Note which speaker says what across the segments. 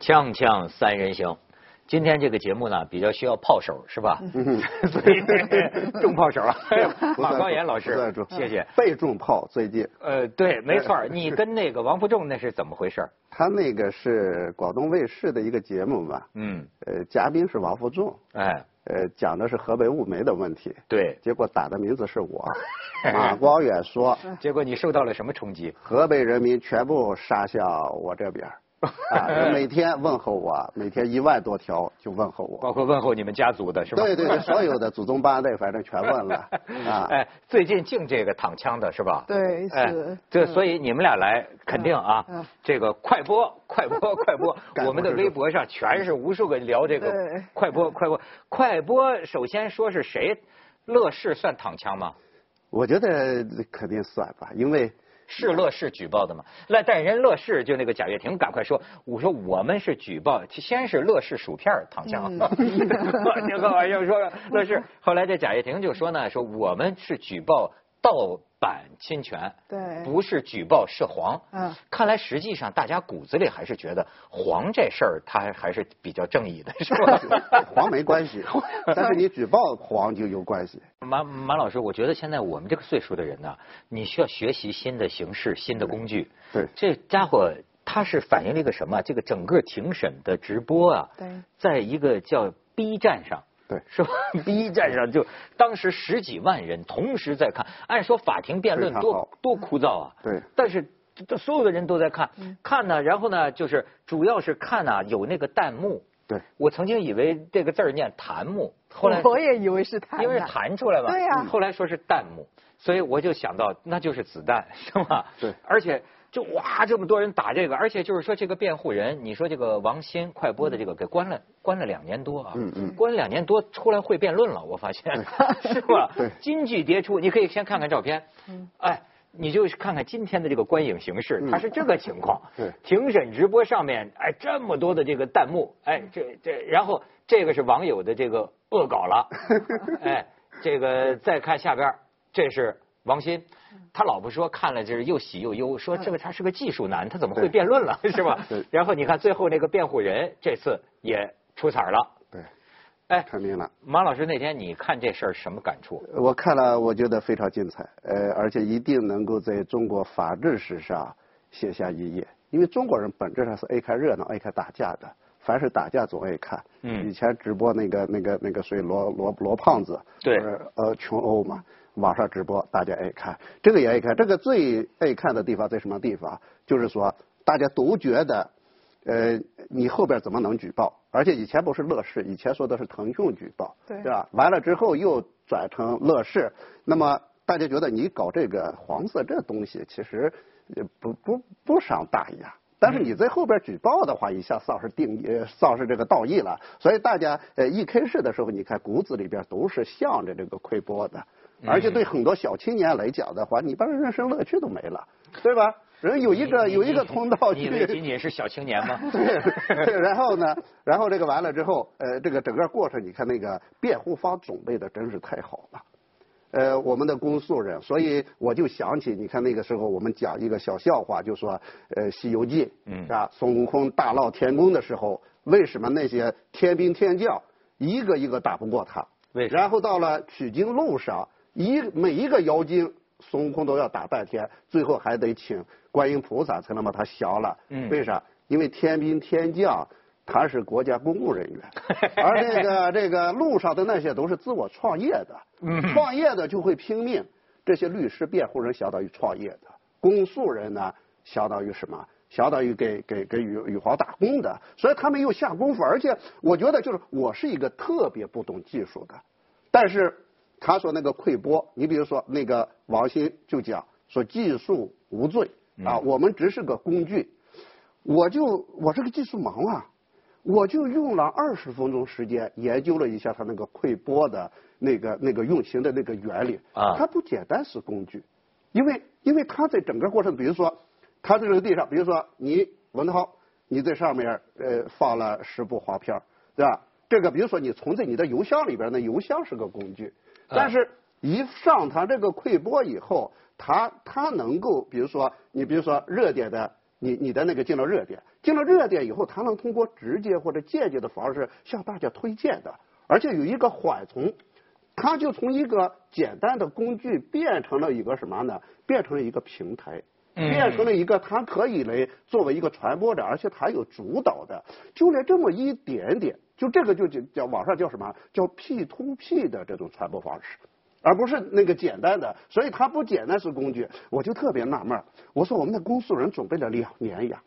Speaker 1: 锵锵三人行，今天这个节目呢比较需要炮手是吧？
Speaker 2: 嗯
Speaker 3: 嗯
Speaker 1: 所以重炮手 啊，马光炎老师，谢谢。
Speaker 3: 被重炮最近。
Speaker 1: 呃， 对，没错，你跟那个王福重那是怎么回事？
Speaker 3: 他那个是广东卫视的一个节目吧？
Speaker 1: 嗯，
Speaker 3: 呃，嘉宾是王福重，
Speaker 1: 哎，
Speaker 3: 呃，讲的是河北雾霾的问题。
Speaker 1: 对，
Speaker 3: 结果打的名字是 我，马光远说，
Speaker 1: 结果你受到了什么冲击？
Speaker 3: 河北人民全部杀向我这 边儿。啊，每天问候我，每天一万多条就问候我，
Speaker 1: 包括问候你们家族的是吧？
Speaker 3: 对对对，所有的祖宗八代反正全问了 啊。
Speaker 1: 哎，最近净这个躺枪的是吧？
Speaker 2: 对，
Speaker 1: 哎
Speaker 2: 是，。
Speaker 1: 这
Speaker 2: 嗯
Speaker 1: 所以你们俩来肯定啊
Speaker 2: 嗯嗯，
Speaker 1: 这个快播快播快 播，我们的微博上全是无数个聊这个
Speaker 2: 对
Speaker 1: 快播快播快播。首先说是谁，乐视算躺枪吗？
Speaker 3: 我觉得肯定算吧，因为
Speaker 1: 是乐视举报的吗？那但人乐视就那个贾跃亭赶快说，我说我们是举报，先是乐视薯片儿躺枪， 结果好像说乐视，后来这贾跃亭就说呢，说我们是举报盗版侵权，
Speaker 2: 对
Speaker 1: 不是举报涉黄。
Speaker 2: 哎嗯
Speaker 1: 看来实际上大家骨子里还是觉得黄这事儿他还是比较正义的，是吧？
Speaker 3: 黄没关系，但是你举报黄就有关系。
Speaker 1: 马马老师，我觉得现在我们这个岁数的人呢，你需要学习新的形式、新的工具。
Speaker 3: 对对
Speaker 1: 这家伙他是反映了一个什么啊？这个整个庭审的直播啊，
Speaker 2: 对
Speaker 1: 在一个叫 B 站上。
Speaker 3: 对
Speaker 1: 是吧 ？B 站上就当时十几万人同时在看，按说法庭辩论
Speaker 3: 非常
Speaker 1: 多
Speaker 3: 好
Speaker 1: 多枯燥啊。
Speaker 3: 对嗯
Speaker 1: 但是这所有的人都在看，看呢，然后呢，就是主要是看呢、有那个弹幕。
Speaker 3: 对，哦
Speaker 1: 我曾经以为这个字儿念弹幕，后来
Speaker 2: 我也以为是他，
Speaker 1: 因为是弹出来嘛。
Speaker 2: 对呀
Speaker 1: 后来说是弹幕，所以我就想到那就是子弹， 是吧？
Speaker 3: 对
Speaker 1: 而且就哇，这么多人打这个，而且就是说这个辩护人，你说这个王鑫快播的这个给关了，关了两年多啊。
Speaker 3: 嗯嗯
Speaker 1: 关了两年多，出来会辩论了，我发现 是吧？
Speaker 3: 对
Speaker 1: 金句迭出，你可以先看看照片。嗯。哎。你就看看今天的这个观影形式，它是这个情况。
Speaker 3: 嗯对
Speaker 1: 庭审直播上面，哎，这么多的这个弹幕，哎，这这，然后这个是网友的这个恶搞了， 哎，这个再看下边儿，这是王鑫，
Speaker 3: 嗯
Speaker 1: 他老婆说看了就是又喜又忧，说这个他是个技术男，他怎么会
Speaker 3: 对
Speaker 1: 辩论了， 是吧
Speaker 3: 对？
Speaker 1: 然后你看最后那个辩护人这次也出彩儿了，
Speaker 3: 对，
Speaker 1: 哎，
Speaker 3: 肯定了。
Speaker 1: 马老师那天你看这事儿什么感触？
Speaker 3: 我看了，我觉得非常精彩，呃，而且一定能够在中国法治史上写下一页。因为中国人本质上是爱看热闹、爱看打架的，凡是打架总爱看。
Speaker 1: 嗯
Speaker 3: 以前直播那个、那个、那个谁，罗罗罗胖子，
Speaker 1: 对
Speaker 3: 呃，呃，穷欧嘛，网上直播大家爱看，这个也爱看。这个最爱看的地方在什么地方？就是说大家都觉得，呃，你后边怎么能举报？而且以前不是乐视，以前说的是腾讯举报，
Speaker 2: 对
Speaker 3: 对吧？完了之后又转成乐视，那么大家觉得你搞这个黄色这东西，其实呃不不不伤大雅。但是你在后边举报的话，一下丧失定义，呃丧失这个道义了。所以大家呃一开始的时候，你看骨子里边都是向着这个亏播的，
Speaker 1: 嗯
Speaker 3: 而且对很多小青年来讲的话，你把人生乐趣都没了，对吧？人有一个
Speaker 1: 你
Speaker 3: 有一个
Speaker 1: 你
Speaker 3: 通道
Speaker 1: 你
Speaker 3: 去，
Speaker 1: 以为仅仅是小青年 吗？
Speaker 3: 对，然后呢，然后这个完了之后，呃，这个整个过程，你看那个辩护方准备的真是太好了。呃，我们的公诉人，所以我就想起，你看那个时候我们讲一个小笑话，就说，呃，《西游记》
Speaker 1: 嗯
Speaker 3: 是吧？孙悟空大闹天宫的时候，为什么那些天兵天将一个一个打不过他？
Speaker 1: 为什么
Speaker 3: 然后到了取经路上，一每一个妖精，孙悟空都要打半天，最后还得请观音菩萨才能把他降了。
Speaker 1: 嗯
Speaker 3: 为啥？因为天兵天将他是国家公务人员，而这个这个路上的那些都是自我创业的，创业的就会拼命。这些律师、辩护人相当于创业的，公诉人呢相当于什么？相当于给给给羽羽皇打工的，所以他们又下功夫，而且我觉得就是我是一个特别不懂技术的，但是他说那个溃波，你比如说那个王鑫就讲说技术无罪啊，我们只是个工具，我就我这个技术盲啊，我就用了二十分钟时间研究了一下它那个溃波的那个那个运行的那个原理
Speaker 1: 啊
Speaker 3: 它不简单是工具，因为因为它在整个过程，比如说它在这个地上，比如说你文涛，你在上面呃放了十部黄片儿对吧？这个比如说你存在你的邮箱里边，那邮箱是个工具，但是一上它这个溃波以后，它它能够比如说你比如说热点的你你的那个进了热点，进了热点以后，他能通过直接或者间接的方式向大家推荐的，而且有一个缓从，他就从一个简单的工具变成了一个什么呢？变成了一个平台，
Speaker 1: 嗯
Speaker 3: 变成了一个他可以来作为一个传播者，而且他有主导的，就连这么一点点，就这个就叫叫网上叫什么？叫 P to P 的这种传播方式。而不是那个简单的，所以它不简单是工具，我就特别纳闷儿我说我们的公诉人准备了两年呀，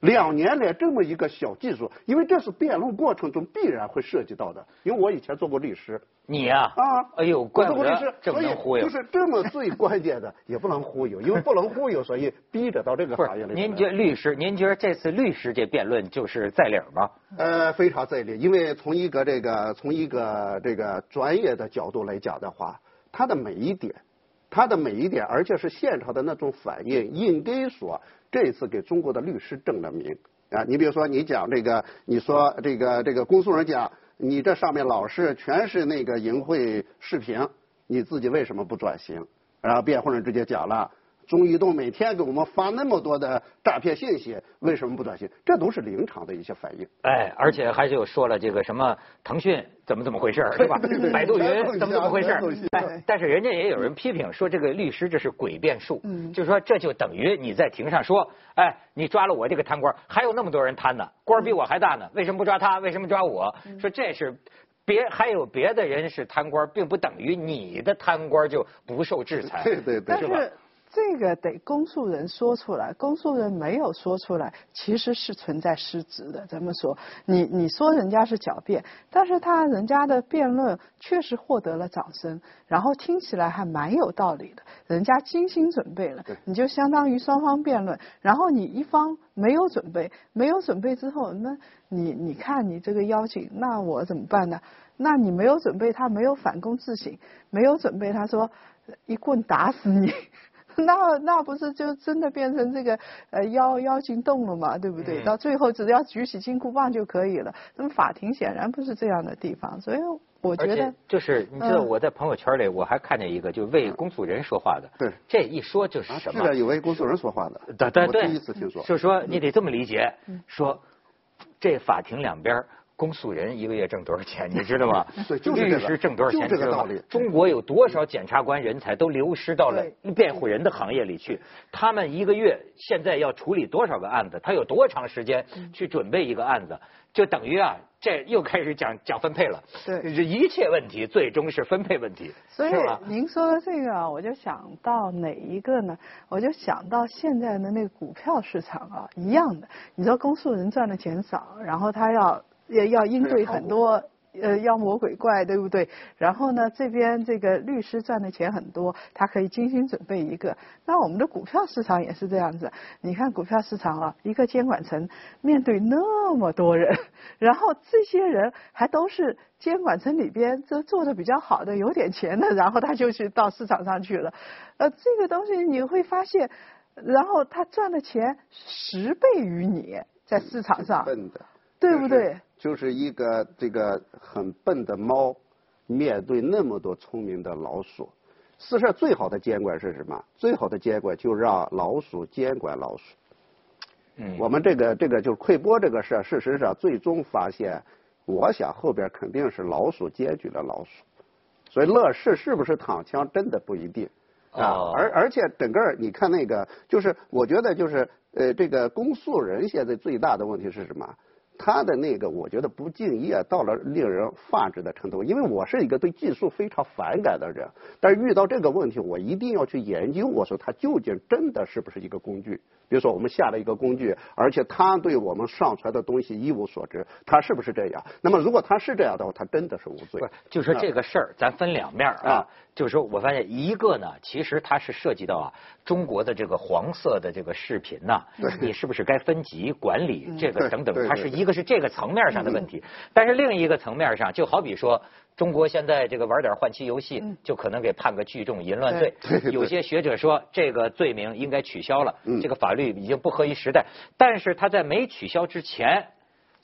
Speaker 3: 两年来这么一个小技术，因为这是辩论过程中必然会涉及到的，因为我以前做过律师
Speaker 1: 你呀、
Speaker 3: 啊，
Speaker 1: 哎呦，怪不
Speaker 3: 我做过律师
Speaker 1: 得，这么
Speaker 3: 所
Speaker 1: 能忽
Speaker 3: 以
Speaker 1: 悠
Speaker 3: 就。是这么最关键的也不能忽悠，因为不能忽悠，所以逼着到这个
Speaker 1: 不
Speaker 3: 行业
Speaker 1: 是，
Speaker 3: 里。
Speaker 1: 您觉得律师，您觉得这次律师这辩论就是在理儿吗？
Speaker 3: 呃，非常在理，因为从一个这个从一个这个专业的角度来讲的话，它的每一点，它的每一点，而且是现场的那种反应，应该说这次给中国的律师证了名啊！你比如说，你讲这个，你说这个这个公诉人讲，你这上面老是全是那个淫秽视频，你自己为什么不转型？然后辩护人直接讲了。中移动每天给我们发那么多的诈骗信息，为什么不转型？这都是临场的一些反应。
Speaker 1: 哎，而且还就说了这个什么腾讯怎么怎么回事儿，对吧？百度
Speaker 3: 全
Speaker 1: 云
Speaker 3: 都一样
Speaker 1: 怎么怎么回事
Speaker 3: 全都
Speaker 1: 儿
Speaker 3: 一样？
Speaker 1: 哎，但是人家也有人批评说这个律师这是诡辩术，
Speaker 2: 嗯
Speaker 1: 就说这就等于你在庭上说，哎，你抓了我这个贪官，还有那么多人贪呢，官儿比我还大呢，为什么不抓他？为什么抓我？说这是。别还有别的人是贪官，并不等于你的贪官就不受制裁。
Speaker 3: 对对对
Speaker 2: 但
Speaker 1: 是吧？
Speaker 2: 是这个得公诉人说出来，公诉人没有说出来，其实是存在失职的。咱们说，你你说人家是狡辩，但是他人家的辩论确实获得了掌声，然后听起来还蛮有道理的，人家精心准备了
Speaker 3: 对，
Speaker 2: 你就相当于双方辩论，然后你一方没有准备，没有准备之后，那你你看你这个邀请，那我怎么办呢？那你没有准备，他没有反躬自省，没有准备，他说一棍打死你， 那那不是就真的变成这个呃妖妖精洞了嘛，对不对？
Speaker 1: 嗯
Speaker 2: 到最后只要举起金箍棒就可以了。那么法庭显然不是这样的地方，所以我
Speaker 1: 而且
Speaker 2: 觉得
Speaker 1: 就是你知道
Speaker 2: 嗯
Speaker 1: 我在朋友圈里我还看见一个就是为公诉人说话的，
Speaker 3: 对
Speaker 1: 这一说就是
Speaker 3: 啊，
Speaker 1: 什
Speaker 3: 是
Speaker 1: 么？
Speaker 3: 的，有位公诉人说话的，
Speaker 1: 对对对，
Speaker 3: 我第一次听说。？
Speaker 1: 就说你得这么理解，
Speaker 2: 嗯
Speaker 1: 说这法庭两边儿公诉人一个月挣多少钱，你知道吗
Speaker 3: 对就是这个
Speaker 1: 律师挣多少钱，
Speaker 3: 就这个
Speaker 1: 你知道吗
Speaker 3: 道理
Speaker 1: 中国有多少检察官人才都流失到了辩护人的行业里去？他们一个月现在要处理多少个案子？他有多长时间
Speaker 2: 嗯
Speaker 1: 去准备一个案子？就等于啊，这又开始讲讲分配了。
Speaker 2: 对
Speaker 1: 这一切问题最终是分配问题，
Speaker 2: 所以
Speaker 1: 是吧？
Speaker 2: 您说的这个啊，我就想到哪一个呢？我就想到现在的那个股票市场啊，一样的。你说公诉人赚的钱少，然后他要要要应对很多呃妖魔鬼怪，对不对？然后呢，这边这个律师赚的钱很多，他可以精心准备一个。那我们的股票市场也是这样子。你看股票市场啊，一个监管层面对那么多人，然后这些人还都是监管层里边这做的比较好的、有点钱的，然后他就去到市场上去了。呃，这个东西你会发现，然后他赚的钱十倍于你在市场上，
Speaker 3: 笨的，
Speaker 2: 对不
Speaker 3: 就
Speaker 2: 对
Speaker 3: 是？？就是一个这个很笨的猫，面对那么多聪明的老鼠。世上最好的监管是什么？最好的监管就让老鼠监管老鼠。
Speaker 1: 嗯
Speaker 3: 我们这个这个就是溃波这个事儿，事实上最终发现，我想后边肯定是老鼠检举了老鼠，所以乐视是不是躺枪真的不一定啊
Speaker 1: 哦。
Speaker 3: 而而且整个儿你看那个，就是我觉得就是呃，这个公诉人现在最大的问题是什么？他的那个我觉得不敬业到了令人发指的程度，因为我是一个对技术非常反感的人，但是遇到这个问题，我一定要去研究，我说它究竟真的是不是一个工具？比如说我们下了一个工具，而且它对我们上传的东西一无所知，它是不是这样？那么如果它是这样的话，它真的是无罪
Speaker 1: 不是，就
Speaker 3: 嗯
Speaker 1: 说这个事儿，咱分两面儿啊
Speaker 3: 啊。
Speaker 1: 就是说我发现一个呢，其实它是涉及到啊中国的这个黄色的这个视频呐、你是不是该分级管理这个
Speaker 3: 嗯对
Speaker 1: 等等，
Speaker 3: 对
Speaker 1: 它
Speaker 3: 对嗯
Speaker 1: 是一个是这个层面上的问题，但是另一个层面上，就好比说。中国现在这个玩点换妻游戏，
Speaker 3: 嗯
Speaker 1: 就可能给判个聚众淫乱罪。有些学者说这个罪名应该取消了，
Speaker 3: 嗯
Speaker 1: 这个法律已经不合于时代。但是他在没取消之前，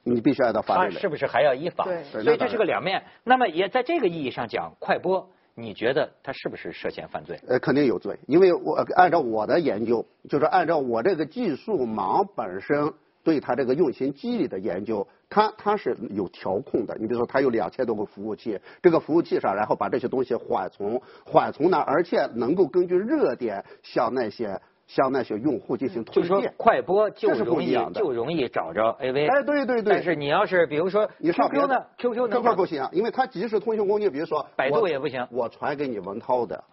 Speaker 3: 你必须按照法
Speaker 1: 他
Speaker 3: 律来
Speaker 1: 是。不是还要依法？
Speaker 2: 对
Speaker 1: 所
Speaker 3: 对
Speaker 1: 以
Speaker 3: 那
Speaker 1: 这
Speaker 3: 当
Speaker 1: 是个两面。那么也在这个意义上讲，快播，你觉得他是不是涉嫌犯罪？
Speaker 3: 呃，肯定有罪，因为我呃按照我的研究，就是按照我这个技术盲本身对他这个用心记忆的研究，他他是有调控的。你比如说，他有两千多个服务器，这个服务器上，然后把这些东西缓存，缓存呢，而且能够根据热点向那些向那些用户进行
Speaker 1: 嗯就
Speaker 3: 推
Speaker 1: 说
Speaker 3: 荐。
Speaker 1: 快播就
Speaker 3: 这是不
Speaker 1: 容
Speaker 3: 一
Speaker 1: 易
Speaker 3: 样的
Speaker 1: 就容易找着 AV，
Speaker 3: 哎对对对
Speaker 1: 但是你要是比如说
Speaker 3: 你上别
Speaker 1: QQ
Speaker 3: 的
Speaker 1: 呢，QQ 呢
Speaker 3: 这块不行，因为它即时通讯工具，比如说
Speaker 1: 百度
Speaker 3: 我
Speaker 1: 也不行
Speaker 3: 我传给你文涛的，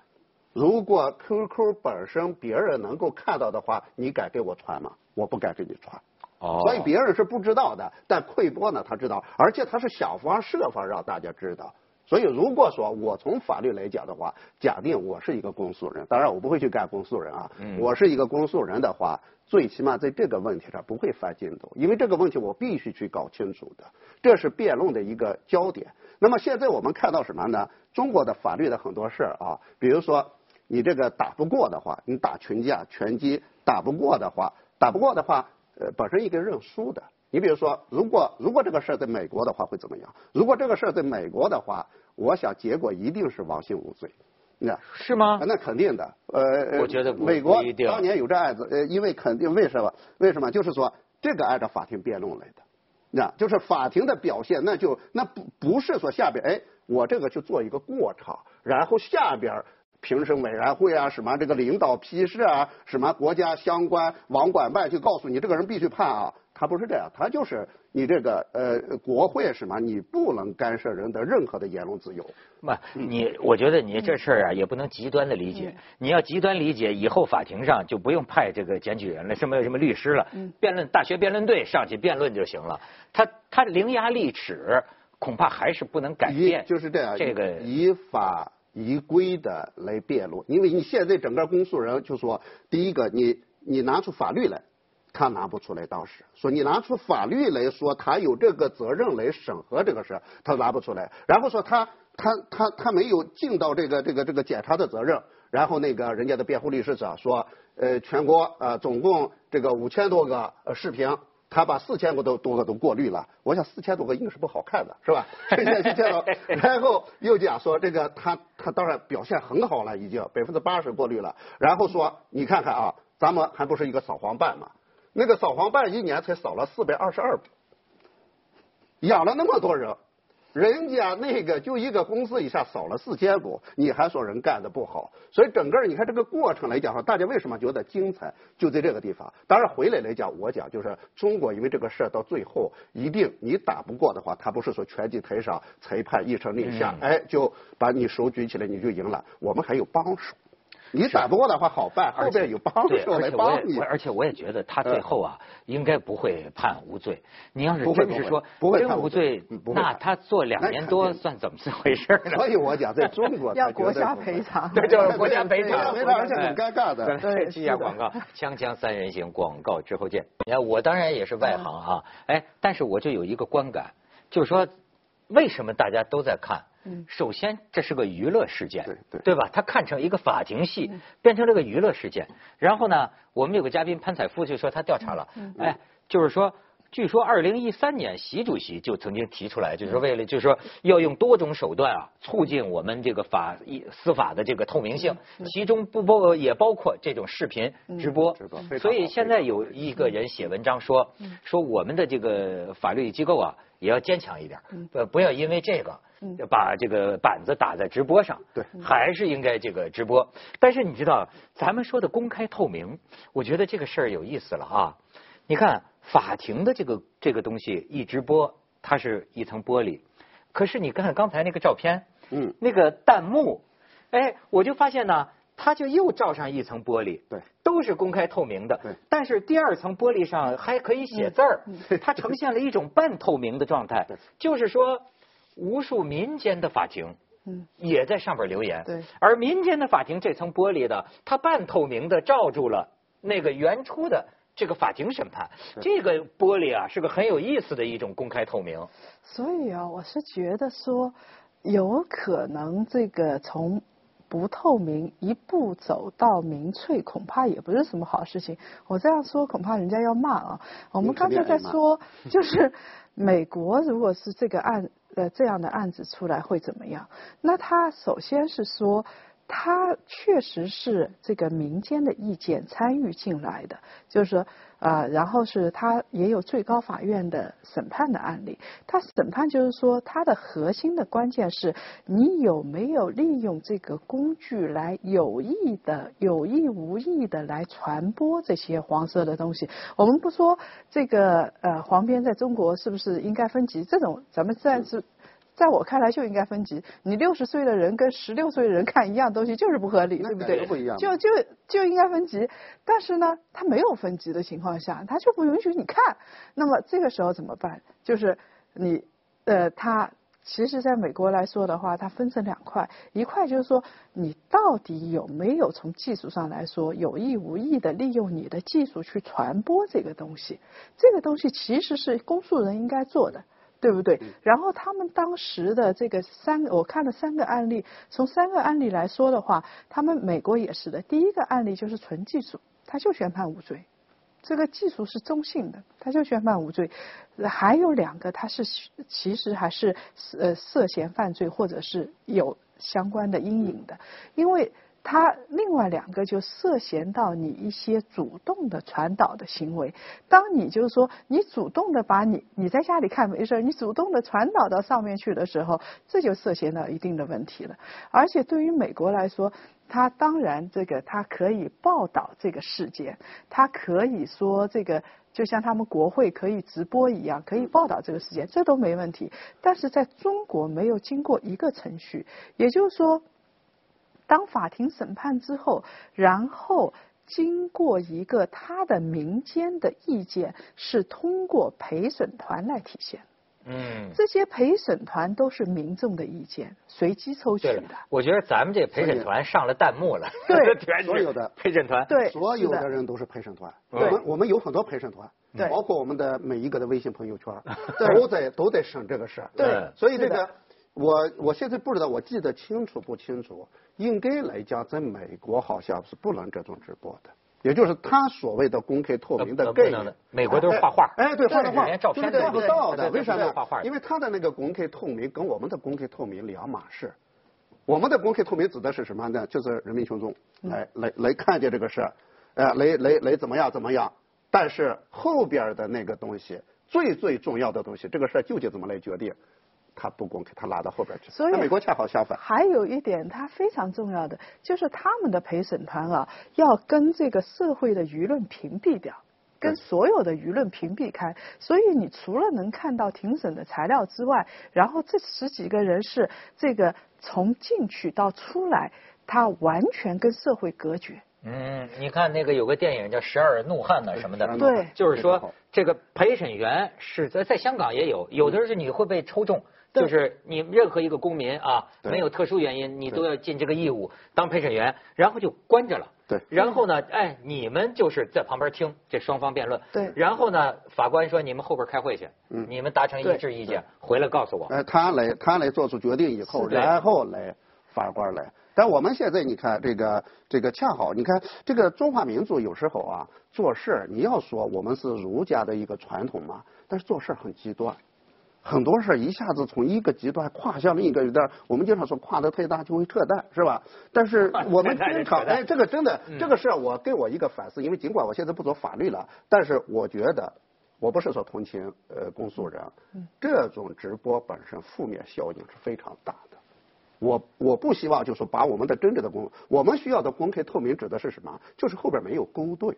Speaker 3: 如果 QQ 本身别人能够看到的话，你敢给我传吗？我不敢给你传。
Speaker 1: 哦
Speaker 3: 所以别人是不知道的，但溃波呢，他知道，而且他是想方设法让大家知道。所以，如果说我从法律来讲的话，假定我是一个公诉人，当然我不会去干公诉人啊，
Speaker 1: 嗯
Speaker 3: 我是一个公诉人的话，最起码在这个问题上不会翻筋斗，因为这个问题我必须去搞清楚的，这是辩论的一个焦点。那么现在我们看到什么呢？中国的法律的很多事儿啊，比如说你这个打不过的话，你打群架、拳击打不过的话，打不过的话，呃，本身应该认输的。你比如说，如果如果这个事儿在美国的话会怎么样？如果这个事儿在美国的话，我想结果一定是王鑫无罪。那啊
Speaker 1: 是吗？
Speaker 3: 那肯定的，呃，呃
Speaker 1: 我觉得不
Speaker 3: 美国
Speaker 1: 不一定
Speaker 3: 当年有这案子，呃，因为肯定为什么？为什么？就是说这个按照法庭辩论来的，那就是法庭的表现，那就那不不是说下边哎，我这个去做一个过场，然后下边评审委员会啊，什么这个领导批示啊，什么国家相关网管办就告诉你这个人必须判啊，他不是这样，他就是你这个呃国会什么，你不能干涉人的任何的言论自由。
Speaker 1: 不，
Speaker 3: 嗯
Speaker 1: 你我觉得你这事儿啊，也不能极端的理解
Speaker 2: 嗯。
Speaker 1: 你要极端理解，以后法庭上就不用派这个检举人了，什么什么律师了，
Speaker 2: 嗯
Speaker 1: 辩论大学辩论队上去辩论就行了。他他伶牙俐齿，恐怕还是不能改变。
Speaker 3: 以就是这样，
Speaker 1: 这个
Speaker 3: 以法依规的来辩论，因为你现在整个公诉人就说，第一个你你拿出法律来，他拿不出来，当时说你拿出法律来说他有这个责任来审核这个事儿，他拿不出来，然后说他他他他没有尽到这个这个这个检察的责任，然后那个人家的辩护律师者说，呃，全国呃总共这个五千多个呃视频。他把四千多都多个都过滤了，我想四千多个应该是不好看的，是吧？这些四千多，然后又讲说这个他他当然表现很好了，已经百分之八十过滤了，然后说你看看啊，咱们还不是一个扫黄办嘛，那个扫黄办一年才扫了四百二十二养了那么多人，人家那个就一个公司以下少了四千股，你还说人干的不好，所以整个你看这个过程来讲哈，大家为什么觉得精彩，就在这个地方。当然回来来讲，我讲就是中国，因为这个事儿到最后一定你打不过的话，他不是说拳击台上裁判一声令下，
Speaker 1: 嗯
Speaker 3: 哎，就把你手举起来你就赢了，我们还有帮手。你打不过的话好办，后边有帮
Speaker 1: 对，
Speaker 3: 手
Speaker 1: 而
Speaker 3: 来
Speaker 1: 且我
Speaker 3: 帮
Speaker 1: 也
Speaker 3: 你嗯
Speaker 1: 我。而且我也觉得他最后啊，应该不会判无罪。你要是
Speaker 3: 不会
Speaker 1: 真是
Speaker 3: 不会
Speaker 1: 说
Speaker 3: 不会
Speaker 1: 真
Speaker 3: 判
Speaker 1: 无
Speaker 3: 无罪
Speaker 1: 罪
Speaker 3: 嗯，不会
Speaker 1: 那
Speaker 3: 判
Speaker 1: 他坐两
Speaker 3: 那
Speaker 1: 年
Speaker 3: 肯
Speaker 1: 多
Speaker 3: 定
Speaker 1: 算怎么一回事儿呢？
Speaker 3: 所以 我讲，在中国
Speaker 2: 要
Speaker 3: 他绝
Speaker 2: 国
Speaker 3: 对
Speaker 2: 家
Speaker 3: 不会
Speaker 2: 赔偿
Speaker 1: 对，就是国家赔偿，
Speaker 3: 国家赔偿而且很尴尬的
Speaker 1: 咱们
Speaker 2: 对
Speaker 1: 记一下
Speaker 2: 是的
Speaker 1: 广告，锵锵三人行广告之后见。你看，我当然也是外行啊，
Speaker 3: 嗯
Speaker 1: 哎，但是我就有一个观感，就是说，为什么大家都在看？
Speaker 2: 嗯
Speaker 1: 首先，这是个娱乐事件，
Speaker 3: 对对嗯
Speaker 1: 吧？它看成一个法庭戏，变成了个娱乐事件。然后呢，我们有个嘉宾潘采夫就说他调查了，
Speaker 3: 嗯
Speaker 1: 哎，就是说。据说，二零一三年，习主席就曾经提出来，就是说为了，就是说要用多种手段啊，促进我们这个法一司法的这个透明性，
Speaker 3: 嗯
Speaker 1: 其中不包也包括这种视频直播
Speaker 3: 直播非常好
Speaker 1: 所以现在有一个人写文章说，说我们的这个法律机构啊，也要坚强一点，呃，不要因为这个把这个板子打在直播上，
Speaker 3: 对，
Speaker 1: 还是应该这个直播。但是你知道，咱们说的公开透明，我觉得这个事儿有意思了啊。你看法庭的这个这个东西一直播，它是一层玻璃，可是你看刚才那个照片，
Speaker 3: 嗯，
Speaker 1: 那个弹幕，哎，我就发现呢，它就又罩上一层玻璃，
Speaker 3: 对，
Speaker 1: 都是公开透明的，
Speaker 3: 对，嗯
Speaker 1: 但是第二层玻璃上还可以写字儿，它呈现了一种半透明的状态
Speaker 3: 对，
Speaker 1: 就是说，无数民间的法庭。
Speaker 2: 嗯
Speaker 1: 也在上边留言，
Speaker 2: 对
Speaker 1: 而民间的法庭这层玻璃的，它半透明的罩住了那个原初的这个法庭审判。这个玻璃啊，是个很有意思的一种公开透明。
Speaker 2: 所以啊，我是觉得说，有可能这个从不透明，一步走到民粹，恐怕也不是什么好事情。我这样说，恐怕人家要骂啊。我们刚才在说，就是美国如果是这个案呃这样的案子出来会怎么样？那他首先是说。它确实是这个民间的意见参与进来的，就是说，呃，然后是它也有最高法院的审判的案例。它审判就是说，它的核心的关键是你有没有利用这个工具来有意的、有意无意的来传播这些黄色的东西。我们不说这个呃黄边在中国是不是应该分级，这种咱们自然是。在我看来就应该分级，你六十岁的人跟十六岁的人看一样东西就是不合理，对不对？
Speaker 3: 不一样。
Speaker 2: 就就就应该分级，但是呢，他没有分级的情况下，他就不允许你看。那么这个时候怎么办？就是你，呃，他其实在美国来说的话，它分成两块，一块就是说你到底有没有从技术上来说有意无意的利用你的技术去传播这个东西，这个东西其实是公诉人应该做的。对不对？然后他们当时的这个三，我看了三个案例，从三个案例来说的话，他们美国也是的。第一个案例就是纯技术，他就宣判无罪，这个技术是中性的，他就宣判无罪。还有两个，他是其实还是呃涉嫌犯罪或者是有相关的阴影的，因为。他另外两个就涉嫌到你一些主动的传导的行为。当你就是说你主动的把你你在家里看没事，你主动的传导到上面去的时候，这就涉嫌到一定的问题了。而且对于美国来说，他当然这个他可以报道这个事件，他可以说这个就像他们国会可以直播一样，可以报道这个事件，这都没问题。但是在中国没有经过一个程序，也就是说。当法庭审判之后，然后经过一个他的民间的意见，是通过陪审团来体现。
Speaker 1: 嗯，
Speaker 2: 这些陪审团都是民众的意见随机抽取
Speaker 1: 对了
Speaker 2: 的。，
Speaker 1: 我觉得咱们这陪审团上了弹幕了，
Speaker 2: 对
Speaker 1: 全是
Speaker 3: 所有的
Speaker 1: 陪审团，
Speaker 2: 对，
Speaker 3: 所
Speaker 2: 是
Speaker 3: 有
Speaker 2: 的
Speaker 3: 的人都是陪审团，我
Speaker 1: 对
Speaker 3: 们我们有很多陪审团，
Speaker 2: 对
Speaker 3: 包括我们的每一个的微信朋友圈，
Speaker 2: 对
Speaker 3: 都得都得审这个事儿。
Speaker 2: 对
Speaker 1: 嗯
Speaker 3: 所以这
Speaker 2: 是
Speaker 3: 个我我现在不知道，我记得清楚不清楚？应该来讲，在美国好像是不能这种直播的，也就是他所谓的公开透明
Speaker 1: 呃
Speaker 3: 的
Speaker 1: 呃
Speaker 3: 概
Speaker 1: 不能
Speaker 3: 念
Speaker 1: 的。美国都是画画
Speaker 3: 哎，哎对，画的画，
Speaker 1: 连照片
Speaker 3: 就是
Speaker 1: 都
Speaker 3: 看
Speaker 1: 不
Speaker 3: 不
Speaker 1: 能
Speaker 3: 到
Speaker 1: 对对
Speaker 3: 的，
Speaker 1: 对
Speaker 3: 为啥
Speaker 1: 不
Speaker 3: 呢
Speaker 1: 能画画？
Speaker 3: 因为他的那个公开透明跟我们的公开透明两码事。我们的公开透明指的是什么呢？就是人民群众
Speaker 2: 嗯
Speaker 3: 来来来看见这个事儿，呃，来来来怎么样怎么样。但是后边的那个东西，最最重要的东西，这个事儿究竟怎么来决定，他不公开，他拉到后边去。
Speaker 2: 所以
Speaker 3: 那美国恰好相反，
Speaker 2: 还有一点，它非常重要的就是他们的陪审团啊，要跟这个社会的舆论屏蔽掉。跟
Speaker 3: 对
Speaker 2: 所有的舆论屏蔽开，所以你除了能看到庭审的材料之外，然后这十几个人是这个从进去到出来，他完全跟社会隔绝。
Speaker 1: 嗯，你看那个有个电影叫《十二怒汉》呐什么的，
Speaker 3: 对
Speaker 2: 对
Speaker 1: 就是
Speaker 3: 非常
Speaker 1: 说
Speaker 3: 好
Speaker 1: 这个陪审员是在在香港也有，有的是你会被抽中，就是你任何一个公民啊，
Speaker 3: 嗯对
Speaker 1: 没有特殊原因，你都要尽这个义务当陪审员，然后就关着了。
Speaker 3: 对
Speaker 1: 然后呢，哎，你们就是在旁边听这双方辩论。
Speaker 2: 对
Speaker 1: 然后呢，法官说你们后边开会去，
Speaker 3: 嗯
Speaker 1: 你们达成一致意见，回来告诉我。
Speaker 3: 呃，他来他来做出决定以后，
Speaker 1: 是的
Speaker 3: 然后来法官来。但我们现在你看这个这个恰好，你看这个中华民族有时候啊做事儿，你要说我们是儒家的一个传统嘛，但是做事儿很极端，很多事儿一下子从一个极端跨向另一个极端。我们经常说跨得太大就会扯淡，是吧？但 是我们经常
Speaker 1: 扯淡
Speaker 3: 哎，这个真的
Speaker 1: 嗯
Speaker 3: 这个事儿，我给我一个反思，因为尽管我现在不走法律了，但是我觉得我不是说同情呃公诉人，这种直播本身负面效应是非常大的。我我不希望就是把我们的真正的公，我们需要的公开透明指的是什么？就是后边没有勾兑，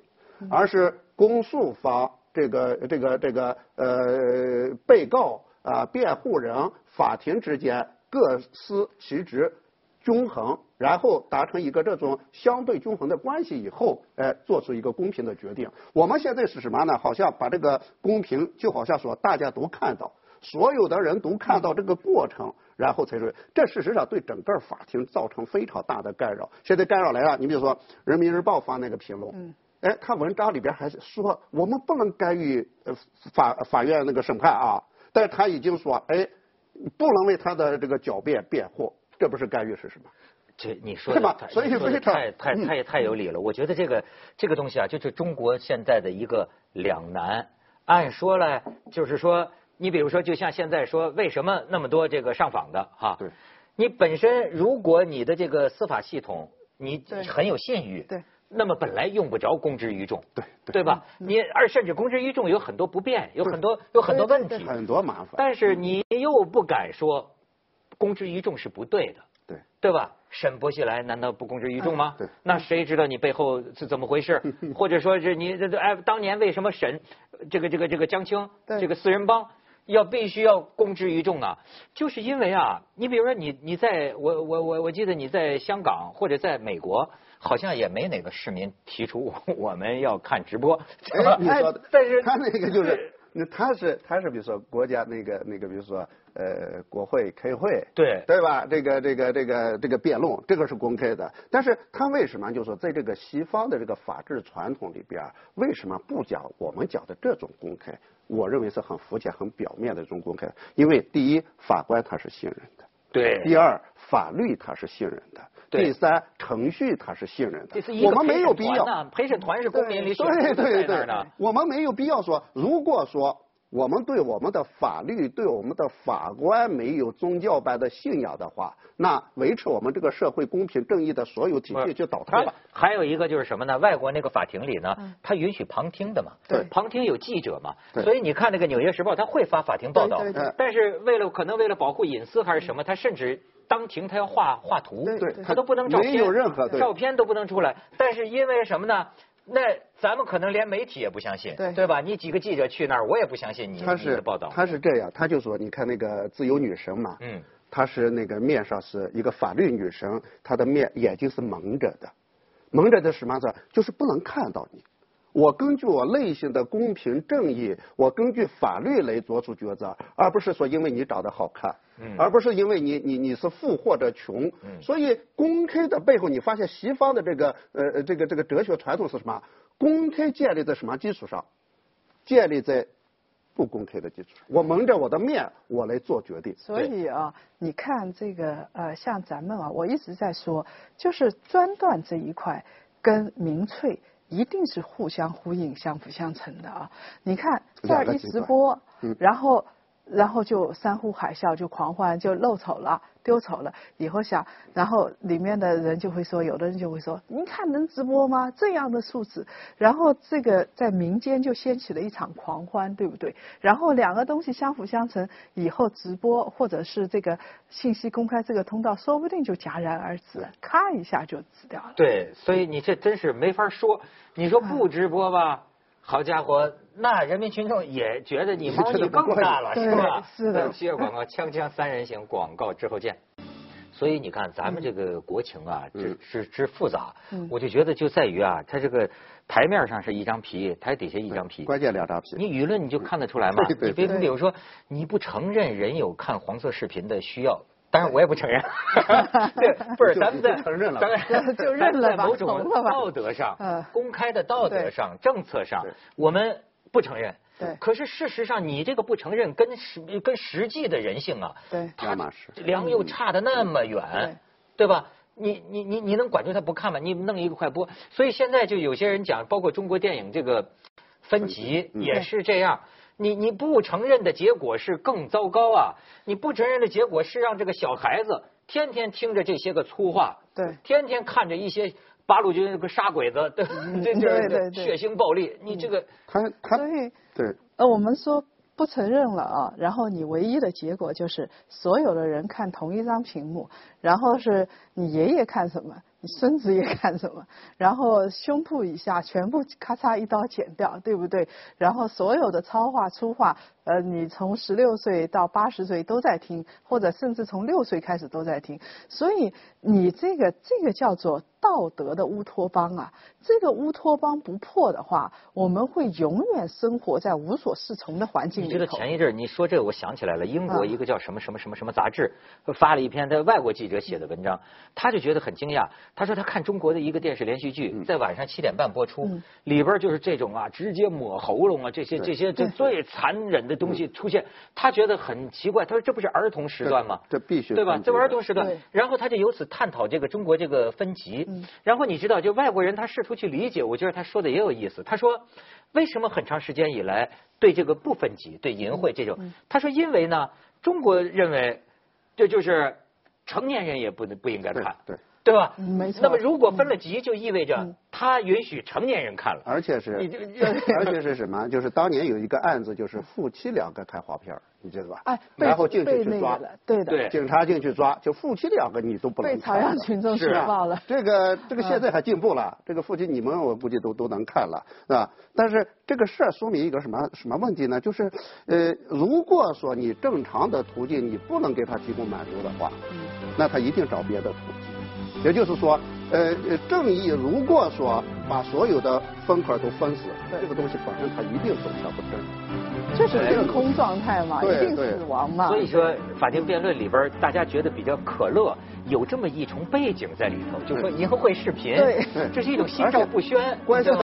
Speaker 3: 而是公诉方这个这个这个呃被告啊、辩护人法庭之间各司其职，均衡，然后达成一个这种相对均衡的关系以后，呃，做出一个公平的决定。我们现在是什么呢？好像把这个公平，就好像说大家都看到，所有的人都看到这个过程，然后才说，这事实上对整个法庭造成非常大的干扰。现在干扰来了，你比如说《人民日报》发那个评论，
Speaker 2: 嗯
Speaker 3: 哎，他文章里边还是说我们不能干预呃法法院那个审判啊，但是他已经说，哎，不能为他的这个狡辩辩护，这不是干预是什么？
Speaker 1: 这你说
Speaker 3: 对
Speaker 1: 的
Speaker 3: 吧
Speaker 1: 太
Speaker 3: 所以
Speaker 1: 你说的
Speaker 3: 非常
Speaker 1: 太太
Speaker 3: 嗯
Speaker 1: 太太有理了。我觉得这个这个东西啊，就是中国现在的一个两难。按说呢，就是说，你比如说，就像现在说，为什么那么多这个上访的哈？
Speaker 3: 对，
Speaker 1: 你本身如果你的这个司法系统你
Speaker 2: 对
Speaker 1: 很有信誉，
Speaker 2: 对，
Speaker 1: 那么本来用不着公之于众，
Speaker 3: 对对嗯
Speaker 1: 对吧？你而甚至公之于众有很多不便，有很多有很多问题，
Speaker 3: 很多麻烦。
Speaker 1: 但是你又不敢说公之于众是不对的，
Speaker 3: 对
Speaker 1: 对吧？沈薄熙来难道不公之于众吗？
Speaker 3: 嗯对
Speaker 1: 那谁知道你背后是怎么回 事？或者说是你这这哎，当年为什么沈这个这个这个江青
Speaker 2: 对
Speaker 1: 这个四人帮要必须要公之于众啊？就是因为啊，你比如说你你在我我我我记得你在香港或者在美国。好像也没哪个市民提出我我们要看直播，对吧
Speaker 3: 哎，你说的，
Speaker 1: 但是
Speaker 3: 他那个就是，那他是他是比如说国家那个那个，比如说呃国会开会，
Speaker 1: 对
Speaker 3: 对吧？这个这个这个这个辩论，这个是公开的。但是他为什么就说在这个西方的这个法治传统里边儿，为什么不讲我们讲的这种公开？我认为是很肤浅、很表面的这种公开，因为第一，法官他是信任的。
Speaker 1: 对
Speaker 3: 第二，法律它是信任的；
Speaker 1: 对
Speaker 3: 第三，程序它是信任
Speaker 1: 这是
Speaker 3: 的。
Speaker 1: 一
Speaker 3: 我
Speaker 1: 个
Speaker 3: 们没有必
Speaker 1: 陪审团
Speaker 3: 要，
Speaker 1: 呐陪审团是公民里选
Speaker 3: 对
Speaker 1: 出
Speaker 3: 对
Speaker 1: 在那儿
Speaker 3: 对
Speaker 1: 的，，
Speaker 3: 我们没有必要说，如果说我们对我们的法律、对我们的法官没有宗教般的信仰的话，那维持我们这个社会公平正义的所有体
Speaker 1: 不
Speaker 3: 系
Speaker 1: 是
Speaker 3: 就倒塌了。
Speaker 1: 还有一个就是什么呢？外国那个法庭里呢
Speaker 2: 嗯，
Speaker 1: 他允许旁听的嘛，
Speaker 2: 对
Speaker 1: 旁听有记者嘛，
Speaker 3: 对
Speaker 1: 所以你看那个《纽约时报》，他会发法庭报道
Speaker 2: 对对
Speaker 3: 对，
Speaker 1: 但是为了可能为了保护隐私还是什么，他甚至当庭他要画画图，
Speaker 2: 对对
Speaker 1: 他都不能照片，
Speaker 3: 没有任何对
Speaker 1: 照片都不能出来。但是因为什么呢？那咱们可能连媒体也不相信，
Speaker 2: 对
Speaker 1: 对吧？你几个记者去那儿，我也不相信你
Speaker 3: 他
Speaker 1: 你
Speaker 3: 是
Speaker 1: 的报道。
Speaker 3: 他是这样，他就说，你看那个自由女神嘛，
Speaker 1: 嗯，
Speaker 3: 她是那个面上是一个法律女神，她的面眼睛是蒙着的，蒙着的什么呢？就是不能看到你。我根据我内心的公平正义，我根据法律来做出抉择，而不是说因为你长得好看，
Speaker 1: 嗯
Speaker 3: 而不是因为你你你是富或者穷。
Speaker 1: 嗯
Speaker 3: 所以公开的背后，你发现西方的这个呃呃这个这个哲学传统是什么？公开建立在什么基础上？建立在不公开的基础上。我蒙着我的面，我来做决定。
Speaker 2: 所以啊，你看这个呃，像咱们啊，我一直在说，就是专断这一块跟民粹一定是互相呼应、相辅相成的啊。你看这
Speaker 3: 两
Speaker 2: 儿
Speaker 3: 个
Speaker 2: 一
Speaker 3: 极
Speaker 2: 直
Speaker 3: 端
Speaker 2: 播
Speaker 3: 嗯，
Speaker 2: 然后然后就山呼海啸，就狂欢，就露丑了，丢丑了。以后想，然后里面的人就会说，有的人就会说，您看能直播吗？这样的素质，然后这个在民间就掀起了一场狂欢，对不对？然后两个东西相辅相成，以后直播或者是这个信息公开这个通道，说不定就戛然而止，咔一下就止掉了。
Speaker 1: 对，所以你这真是没法说。你说不直播吧，好家伙，那人民群众也觉得你猫腻更大了，
Speaker 2: 对
Speaker 1: 是吧？
Speaker 2: 是的
Speaker 1: 那歇广告，锵锵三人行，广告之后见。所以你看，咱们这个国情啊，之
Speaker 3: 嗯
Speaker 1: 之之复杂
Speaker 2: 嗯，
Speaker 1: 我就觉得就在于啊，它这个台面上是一张皮，台底下一张皮。
Speaker 3: 关键两张皮。
Speaker 1: 你舆论你就看得出来嘛
Speaker 3: 对。对
Speaker 1: 你比
Speaker 2: 对
Speaker 1: 你比如说，你不承认人有看黄色视频的需要，当然我也不承认。对，不是
Speaker 3: 就
Speaker 1: 咱们在
Speaker 3: 你就承认了吧
Speaker 1: 咱们
Speaker 2: 就认了
Speaker 1: 咱们
Speaker 2: 吧
Speaker 1: 在某种
Speaker 2: 从了吧
Speaker 1: 道德上
Speaker 2: 嗯、
Speaker 1: 公开的道德上、政策上
Speaker 3: 对，
Speaker 1: 我们不承认。
Speaker 2: 对
Speaker 1: 可是事实上，你这个不承认跟实跟实际的人性啊，
Speaker 2: 对
Speaker 1: 他
Speaker 3: 那嘛是
Speaker 1: 良又差的那么远，
Speaker 2: 嗯嗯
Speaker 1: 对
Speaker 2: 对
Speaker 1: 吧？你你你你能管住他不看吗？你弄一个快播，所以现在就有些人讲，包括中国电影这个分级
Speaker 3: 嗯
Speaker 1: 也是这样。你你不承认的结果是更糟糕啊！你不承认的结果是让这个小孩子天天听着这些个粗话，
Speaker 2: 对
Speaker 1: 天天看着一些八路军跟杀鬼子， 对，这就是
Speaker 2: 嗯对对对嗯
Speaker 1: 血腥暴力。你这个
Speaker 3: 他他
Speaker 2: 所以
Speaker 3: 对
Speaker 2: 呃，我们说不承认了啊，然后你唯一的结果就是所有的人看同一张屏幕，然后是你爷爷看什么，你孙子也看什么，然后胸部以下全部咔嚓一刀剪掉，对不对？然后所有的超话、粗话，呃，你从十六岁到八十岁都在听，或者甚至从六岁开始都在听，所以你这个这个叫做道德的乌托邦啊，这个乌托邦不破的话，我们会永远生活在无所适从的环境
Speaker 1: 你知道
Speaker 2: 里头。
Speaker 1: 前一阵儿你说这个，我想起来了，英国
Speaker 2: 嗯
Speaker 1: 一个叫什么什么什么什么杂志发了一篇在外国记者写的文
Speaker 2: 嗯
Speaker 1: 章，他就觉得很惊讶。他说他看中国的一个电视连续剧，在晚上七点半播出
Speaker 2: 嗯，
Speaker 1: 里边儿就是这种啊，直接抹喉咙啊，这些这些这最残忍的东
Speaker 2: 嗯
Speaker 1: 西出现，他觉得很奇怪。他说这不是儿童时段吗？
Speaker 3: 这这必须
Speaker 1: 对吧？
Speaker 3: 分级
Speaker 1: 这玩意儿
Speaker 3: 的
Speaker 1: 都是段
Speaker 2: 对，嗯
Speaker 1: 然后他就由此探讨这个中国这个分级。然后你知道，就外国人他试图去理解，我觉得他说的也有意思。他说，为什么很长时间以来对这个不分级、对淫秽这
Speaker 2: 嗯
Speaker 1: 种，他说因为呢，中国认为这就是成年人也不能不应该
Speaker 3: 对
Speaker 1: 看，
Speaker 3: 对，
Speaker 1: 对吧？
Speaker 2: 嗯没错嗯
Speaker 1: 那么如果分了级，就意味着他允许成年人看了。
Speaker 3: 而且是
Speaker 1: 你 这这
Speaker 3: 而且是什么？就是当年有一个案子，就是夫妻两个看黄片儿你记得吧？
Speaker 2: 哎，被
Speaker 3: 然后进去
Speaker 2: 被
Speaker 3: 去
Speaker 2: 那
Speaker 3: 抓
Speaker 2: 个，了，对的，
Speaker 1: 对
Speaker 3: 警察进去抓，就夫妻两个你都不能
Speaker 2: 被
Speaker 3: 看
Speaker 2: 朝
Speaker 3: 了
Speaker 2: 阳群众
Speaker 1: 是
Speaker 2: 举
Speaker 1: 啊
Speaker 2: 报了。
Speaker 3: 这个这个现在还进步了，这个父亲你们我估计都都能看了，是吧？但是这个事儿说明一个什么什么问题呢？就是呃，如果说你正常的途径你不能给他提供满足的话，
Speaker 2: 嗯
Speaker 3: 那他一定找别的途径。也就是说，呃，呃正义如果说把所有的风口都封死，这个东西本身它一定走向不正。
Speaker 2: 这是一个空状态嘛，
Speaker 3: 对
Speaker 2: 一定
Speaker 3: 对
Speaker 2: 死亡嘛。
Speaker 1: 所以说，法庭辩论里边儿，大家觉得比较可乐，有这么一重背景在里头，就说淫秽视频，
Speaker 2: 对
Speaker 3: 对
Speaker 1: 这是一种心照不宣，
Speaker 3: 关键
Speaker 1: 你